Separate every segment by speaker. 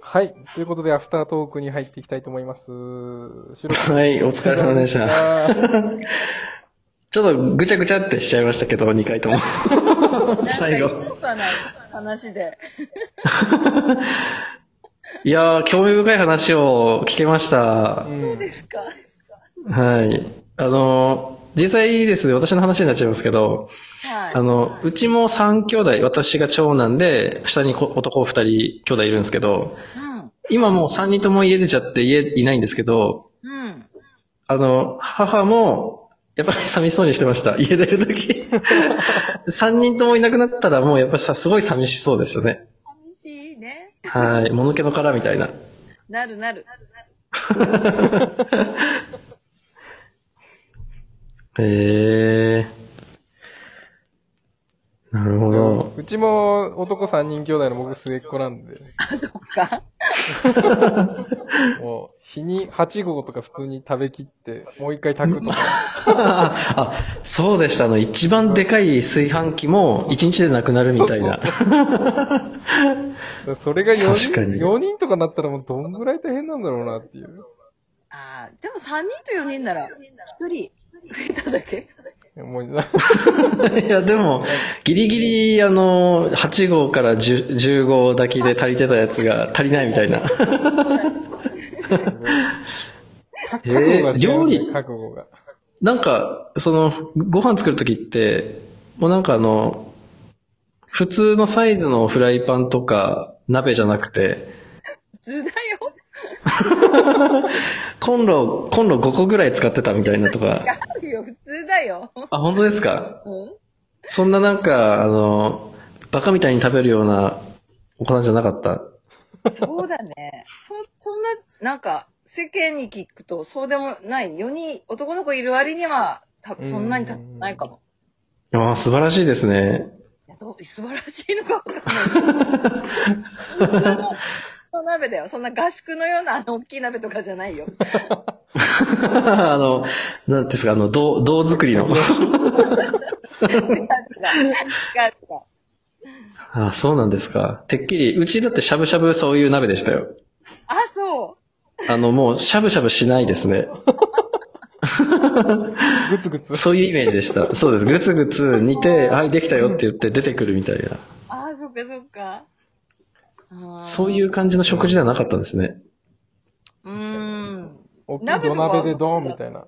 Speaker 1: はい。ということで、アフタートークに入っていきたいと思います。収録
Speaker 2: はい、お疲れ様でした。ちょっとぐちゃぐちゃってしちゃいましたけど、2回とも。 最
Speaker 3: なんか
Speaker 2: 後。
Speaker 3: よくはない話で。
Speaker 2: いやー、興味深い話を聞けました
Speaker 1: う。ん。
Speaker 3: か
Speaker 2: はい。あのー、実際ですね、私の話になっちゃいますけど、あ
Speaker 3: は
Speaker 2: の、うちも3兄弟、私が長男で、下にこ男2人兄弟いるんですけど、
Speaker 3: い。うん。
Speaker 2: 今もう3人とも家出ちゃって家いないんですけど、
Speaker 3: うん。
Speaker 2: あの、母も、やっぱり寂しそうにしてました。 家出るとき。3人ともいなくなったらもうやっぱさ、すごい寂しそうですよね。
Speaker 3: 寂しいね。
Speaker 2: はい。もぬけの殻みたいな。
Speaker 3: なるなる。
Speaker 2: へえ。なるほど。
Speaker 1: うちも男3人兄弟の僕末っ子なんで、
Speaker 3: あ、そっか。
Speaker 1: もう、日に8合とか普通に食べきって、もう一回炊くとか。
Speaker 2: あ、そうでした。あの、一番でかい炊飯器も一日でなくなるみたいな。
Speaker 1: それが4
Speaker 2: 確か
Speaker 1: 人、
Speaker 2: に
Speaker 1: 四人とかなったらもうどんぐらい大変なんだろうなっていう。
Speaker 3: あーでも3人と4人なら、1人増えただけ。
Speaker 1: もう、な
Speaker 2: いや、でも、ギリギリ、あの、8号から10 10号だけで足りてたやつが足りないみたいな。
Speaker 1: 覚悟が違うね、
Speaker 2: 料理
Speaker 1: 覚悟が。
Speaker 2: なんか、その、ご飯作るときって、もうなんかあの、普通のサイズのフライパンとか、鍋じゃなくて、
Speaker 3: 普通だよ。
Speaker 2: コンロ、コンロ5個ぐらい使ってたみたいなとか。
Speaker 3: 違うよ。普通だよ。
Speaker 2: あ、本当ですか
Speaker 3: うん
Speaker 2: そんななんか、あの、バカみたいに食べるようなお金じゃなかった。
Speaker 3: そうだね。そ、そんな、なんか、世間に聞くと、そうでもない。4人、男の子いる割には、たそんなにたないかも。
Speaker 2: ああ、素晴らしいですね。
Speaker 3: いや、どう、素晴らしいのかわかんない。そんなその鍋だよ。そんな合宿のようなあの大きい鍋とかじゃな いよ。
Speaker 2: あの、なんていうんですか、あの、銅、銅作りの。
Speaker 3: 違う違う違う違う
Speaker 2: ああ、そうなんですか。てっきり、うちだってしゃぶしゃぶそういう鍋でしたよ。
Speaker 3: あ、そ。
Speaker 2: あの、もう、しゃぶしゃぶしないですね。
Speaker 1: ぐつぐつ。
Speaker 2: そういうイメージでした。そうです。ぐつぐつ煮て、はい、できたよって言って出てくるみたいう
Speaker 3: あ、そっかそっかあー。
Speaker 2: な。そういう感じの食事ではなかったんですね。
Speaker 3: うーん。
Speaker 1: 大きい土鍋でドーンみたいな。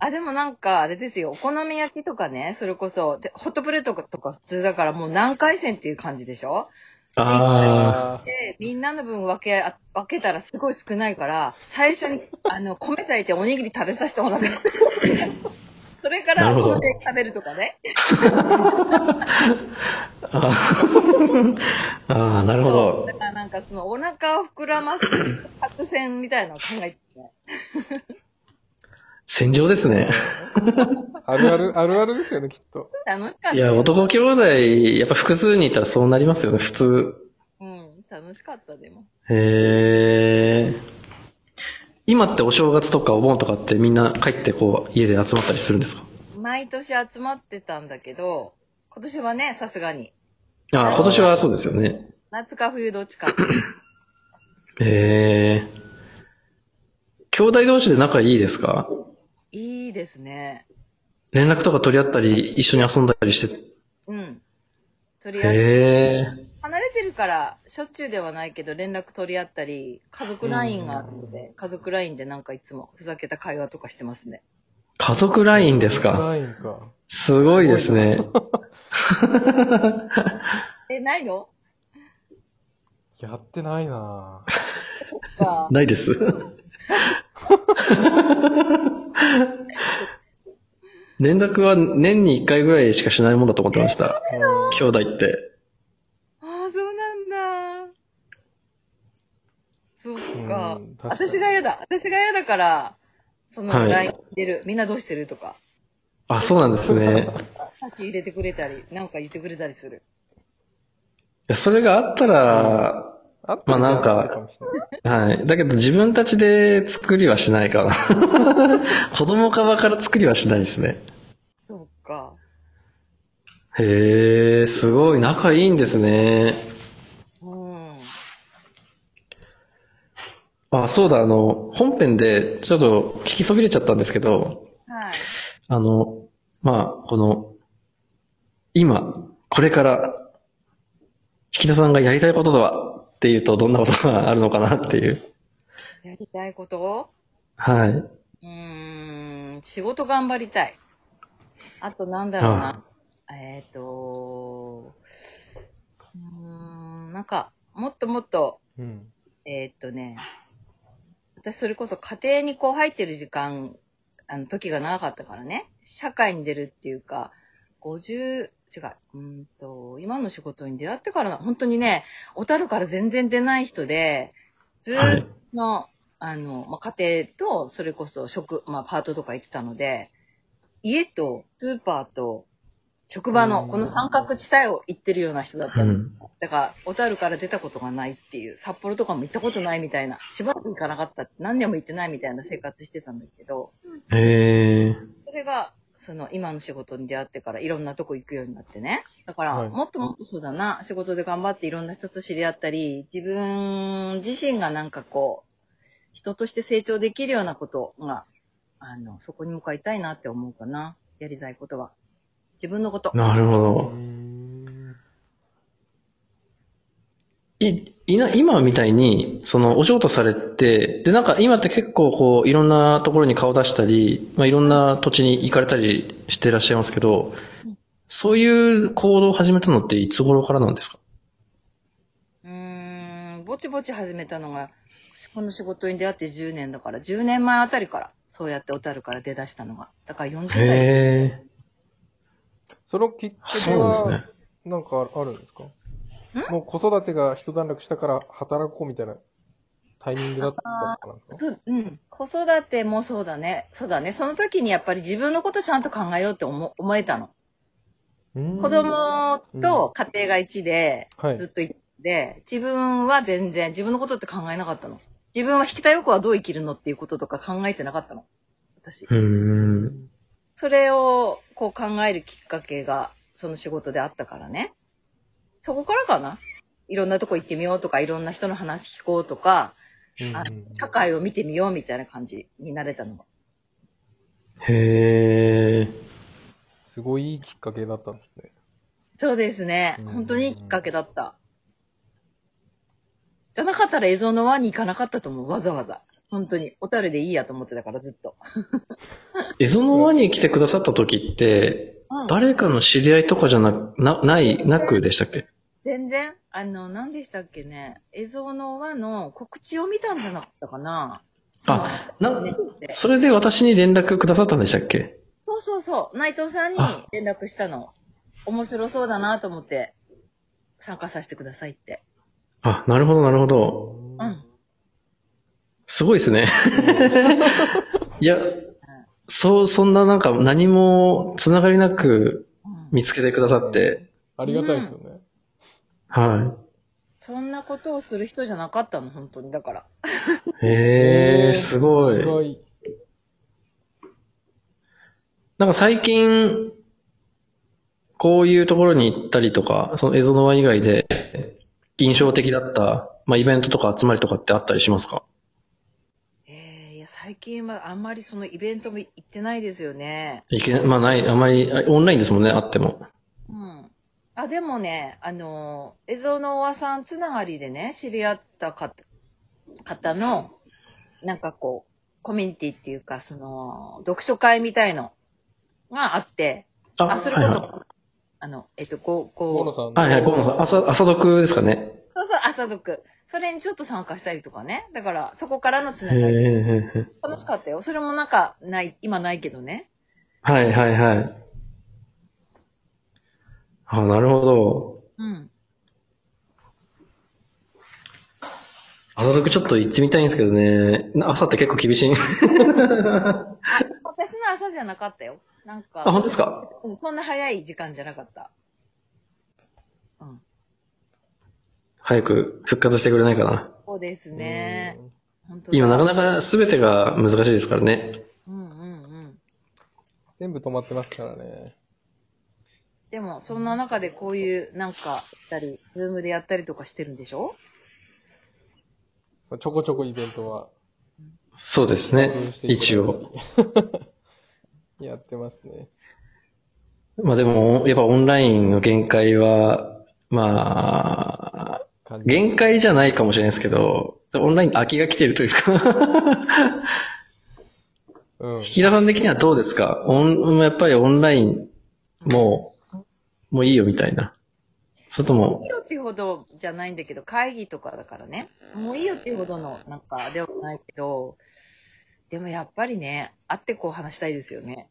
Speaker 3: あ、でもなんか、あれですよ。お好み焼きとかね、それこそ、でホットプレートとか普通だから、もう何回戦っていう感じでしょ
Speaker 2: ああ、
Speaker 3: で、みんなの分分けあ、分けたらすごい少ないから、最初に、あの、米炊いておにぎり食べさせてお腹が それか
Speaker 2: な
Speaker 3: ら、
Speaker 2: るほど
Speaker 3: 米食べるとかね。
Speaker 2: ああ、ああ、なるほど
Speaker 3: だ。からなんか、その、お腹を膨らます作戦みたいなのを考えてて、ね。
Speaker 2: 戦場です ね。
Speaker 1: あるある、あるあるですよね、きっと。
Speaker 3: 楽しかった。
Speaker 2: いや、男兄弟、やっぱ複数にいたらそうなりますよね、普通。
Speaker 3: うん、楽しかった、でも。
Speaker 2: へえ。今ってお正月とかお盆とかってみんな帰ってこう、家で集まったりするんですか
Speaker 3: 毎年集まってたんだけど、今年はね、さすがに。
Speaker 2: ああ、今年はそうですよね。
Speaker 3: 夏か冬どっちか。
Speaker 2: へえ。兄弟同士で仲いいですか
Speaker 3: いいですね。
Speaker 2: 連絡とか取り合ったり、一緒に遊んだりして。
Speaker 3: うん。とりあえず、
Speaker 2: へえ。
Speaker 3: 離れてるから、しょっちゅうではないけど、連絡取り合ったり、家族 LINE があるので、家族 LINE でなんかいつもふざけた会話とかしてますね。
Speaker 2: 家族ラインですか
Speaker 1: ないんか。
Speaker 2: すごいですね。
Speaker 3: え、ないの
Speaker 1: やってないなぁ。
Speaker 3: か
Speaker 2: ない です。連絡は年に1回ぐらいしかしないもんだと思ってました。
Speaker 1: うん
Speaker 2: 兄弟って。
Speaker 3: ああ、そうなんだ。そっか
Speaker 1: うん。確かに
Speaker 3: 私が嫌だ。私が嫌だから、そ
Speaker 2: は
Speaker 3: の
Speaker 2: い
Speaker 3: LINE 出る、みんなどうしてるとか、
Speaker 2: あ、そうなんです ね。
Speaker 3: 箸入れてくれたり、なんか言ってくれたりする。
Speaker 2: いやそれがあったら、
Speaker 1: あっ
Speaker 2: まあなんか
Speaker 1: たもしれない
Speaker 2: はい。だけど自分たちで作りはしない かな。子供側から作りはしないですね。
Speaker 3: そっか。
Speaker 2: へえ、すごい仲いいんですね。
Speaker 3: うん。
Speaker 2: あ、そうだ、あの、本編でちょっと聞きそびれちゃったんですけど、
Speaker 3: はい。
Speaker 2: あの、まあ、この、今、これから、引田さんがやりたいこととはっていうと、どんなことがあるのかなっていう。
Speaker 3: やりたいこと
Speaker 2: はい。
Speaker 3: うーん、仕事頑張りたい。あとなんだろうな。えっ、と、うーん、なんか、もっともっと、
Speaker 1: うん。
Speaker 3: えっ、とね、私それこそ家庭にこう入ってる時間、あの時が長かったからね、社会に出るっていうか、50、違う、うーんと、今の仕事に出会ってから、本当にね、小樽から全然出ない人で、ずーっとの、あの、まあ、家庭と、それこそ職、まあ、パートとか行ってたので、家と、スーパーと、職場の、
Speaker 1: うん
Speaker 3: この三角地帯を行ってるような人だった
Speaker 2: う
Speaker 3: の。
Speaker 2: ん。
Speaker 3: だから、小樽から出たことがないっていう、札幌とかも行ったことないみたいな、しばらく行かなかったって、何年も行ってないみたいな生活してたんだけど、
Speaker 2: へえ。
Speaker 3: それが、その、今の仕事に出会ってから、いろんなとこ行くようになってね。だから、
Speaker 1: はい
Speaker 3: もっともっとそうだな、仕事で頑張っていろんな人と知り合ったり、自分自身がなんかこう、人として成長できるようなことが、あの、そこに向かいたいなって思うかな。やりたいことは。自分のこと。
Speaker 2: なるほ
Speaker 1: うー
Speaker 2: ど。
Speaker 1: ん。
Speaker 2: い、いな、今みたいに、その、お仕事されて、で、なんか今って結構こう、いろんなところに顔出したり、まあ、いろんな土地に行かれたりしてらっしゃいますけど
Speaker 3: うん、
Speaker 2: そういう行動を始めたのっていつ頃からなんですか
Speaker 3: うーん、ぼちぼち始めたのが、この仕事に出会って10年だから、10年前あたりから、そうやって小樽から出だしたのが。だから40代。
Speaker 2: へえ。
Speaker 1: そのきっ
Speaker 2: あ
Speaker 1: かけ
Speaker 2: そうなんで
Speaker 1: は
Speaker 2: す、ね。
Speaker 1: なんかあるんですかもう子育てが一段落したから働こうみたいなタイミングだったのかなんですか
Speaker 3: そううん、子育てもそうだね。そうだね。その時にやっぱり自分のことちゃんと考えようって思思えたの。
Speaker 1: うーん
Speaker 3: 子供と家庭が1で、
Speaker 1: はい
Speaker 3: ずっと1で、自分は全然自分のことって考えなかったの。自分は引きたい欲はどう生きるのっていうこととか考えてなかったの。私。
Speaker 2: うーん。
Speaker 3: それをこう考えるきっかけが、その仕事であったからね。そこからかな。いろんなとこ行ってみようとか、いろんな人の話聞こうとか、
Speaker 1: うん
Speaker 3: あの社会を見てみようみたいな感じになれたのが。
Speaker 2: へえ。
Speaker 1: すごいいいきっかけだったんですね。
Speaker 3: そうですね
Speaker 1: うん。
Speaker 3: 本当にいいきっかけだった。じゃなかったら映像の輪に行かなかったと思う、わざわざ。本当に。小樽でいいやと思ってたから、ずっと。
Speaker 2: エゾノワに来てくださった時って、
Speaker 3: うん
Speaker 2: 誰かの知り合いとかじゃな、な、ない、なくでしたっけ
Speaker 3: 全然、あの、何でしたっけね。映像の輪の告知を見たんじゃなかったかな。
Speaker 2: あ
Speaker 3: その
Speaker 2: な
Speaker 3: ネットで
Speaker 2: それで私に連絡くださったんでしたっけ
Speaker 3: そうそうそう。内藤さんに連絡したの。面白そうだなと思って、参加させてくださいって。
Speaker 2: あ、なるほど、なるほど。
Speaker 3: うん。
Speaker 2: すごいです ね。いや、そう、そんななんか何もつながりなく
Speaker 3: うん、
Speaker 2: 見つけてくださって、
Speaker 1: ありがたいですよね。
Speaker 2: は
Speaker 3: そんなことをする人じゃなかったの、本当に。だから。
Speaker 2: い。へえ、すご
Speaker 1: 意
Speaker 2: い。
Speaker 1: 外
Speaker 2: なんか最近、こういうところに行ったりとか、そのエゾノワ以外で印象的だった、まあ、イベントとか集まりとかってあったりしますか
Speaker 3: えー、いや、最近はあんまりそのイベントも行ってないですよね。
Speaker 2: いけ、まあない、あまり、あオンラインですもんね、あっても。
Speaker 3: うん。あ、でもね、あの、映像のおわさんつながりでね、知り合った方方の、なんかこう、コミュニティっていうか、その、読書会みたいのがあって、あ、それこそ、
Speaker 2: はいはい
Speaker 3: あの、えっと、こう、
Speaker 1: 河野
Speaker 3: こう、
Speaker 1: さんの
Speaker 2: はいはい、河野さん、朝、朝読ですかね。
Speaker 3: そうそう、朝読。それにちょっと参加したりとかね。だから、そこからのつ
Speaker 2: へ
Speaker 3: ながり。
Speaker 2: え。
Speaker 3: 楽しかったよ。それもなんか、ない、今ないけどね。
Speaker 2: はいはいはい。あ、なるほど。
Speaker 3: うん。
Speaker 2: 朝読ちょっと行ってみたいんですけどね。な朝って結構厳しい。
Speaker 3: 私の朝じゃなかったよ。なん
Speaker 2: あ、本
Speaker 3: か、
Speaker 2: 当ですか
Speaker 3: うんそんな早い時間じゃなかった。うん。
Speaker 2: 早く復活してくれないかな。
Speaker 3: そうですね。本当だ
Speaker 2: 今なかなか全てが難しいですからね。
Speaker 3: うんうんうん。
Speaker 1: うん全部止まってますからね。
Speaker 3: でも、そんな中でこういう、なんか、やったり、ズームでやったりとかしてるんでしょ
Speaker 1: まあちょこちょこイベントは
Speaker 2: そうですね。一応。
Speaker 1: やってますね。
Speaker 2: まあでも、やっぱオンラインの限界は、まあ、
Speaker 1: 感じ
Speaker 2: 限界じゃないかもしれないですけど、オンラインに飽きが来てるというか、
Speaker 1: うん。
Speaker 2: 引田さん的にはどうですかオンやっぱりオンライン、もう、もういいよみたいな。それとも
Speaker 3: いい、よってほどじゃないんだけど、会議とかだからね、もういいよってほどの、なんか、ではないけど、でもやっぱりね、会ってこう話したいですよね。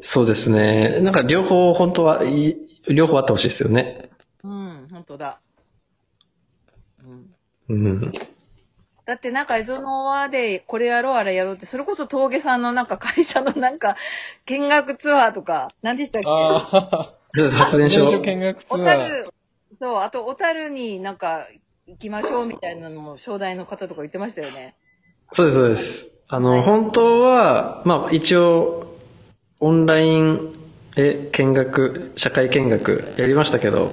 Speaker 2: そうですね。なんか両方、本当はいい、両方あってほしいですよね。
Speaker 3: うん、本当だ。うん。
Speaker 2: うん。
Speaker 3: だってなんか、エゾノワでこれやろう、あれやろうって、それこそ峠さんのなんか会社のなんか、見学ツアーとか、何でしたっけ
Speaker 1: ああ、
Speaker 2: 発電
Speaker 1: 最
Speaker 2: 所
Speaker 1: 初。見学ツア
Speaker 3: 小樽
Speaker 1: ー。、
Speaker 3: そう、あと小樽になんか行きましょうみたいなのも、商代の方とか言ってましたよね。
Speaker 2: そうです、そうです。あの、本当は、まあ一応、オンライン、え、見学、社会見学やりましたけど、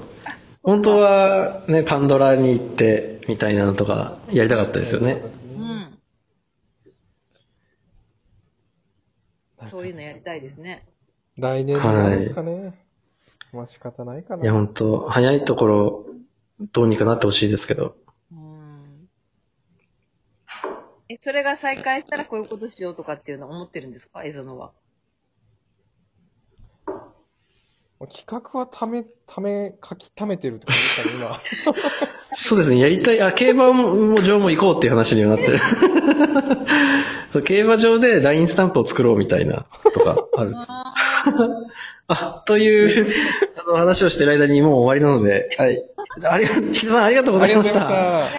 Speaker 2: 本当はね、パンドラに行って、みたいなのとか、やりたかったですよね。
Speaker 3: うん。そういうのやりたいですね。
Speaker 1: 来年なんですかね。まあ仕方ないか
Speaker 2: いや、
Speaker 1: な。
Speaker 2: 本当早いところ、どうにかなってほしいですけど。
Speaker 3: うん。え、それが再開したらこういうことしようとかっていうの思ってるんですかエゾノは。
Speaker 1: 企画はため、ため、書き溜めてるって感じですかね、
Speaker 2: そうですね、やりたい、あ、競馬も場も行こうっていう話にはなってる。そう 競馬場で LINE スタンプを作ろうみたいな、とかあるんです。 あ、という、あの話をしてる間にもう終わりなので、はい。じゃあ、ありが、引田さんありがとうご
Speaker 1: 今。ありがとうござ
Speaker 2: ざいまし。
Speaker 1: いましたた。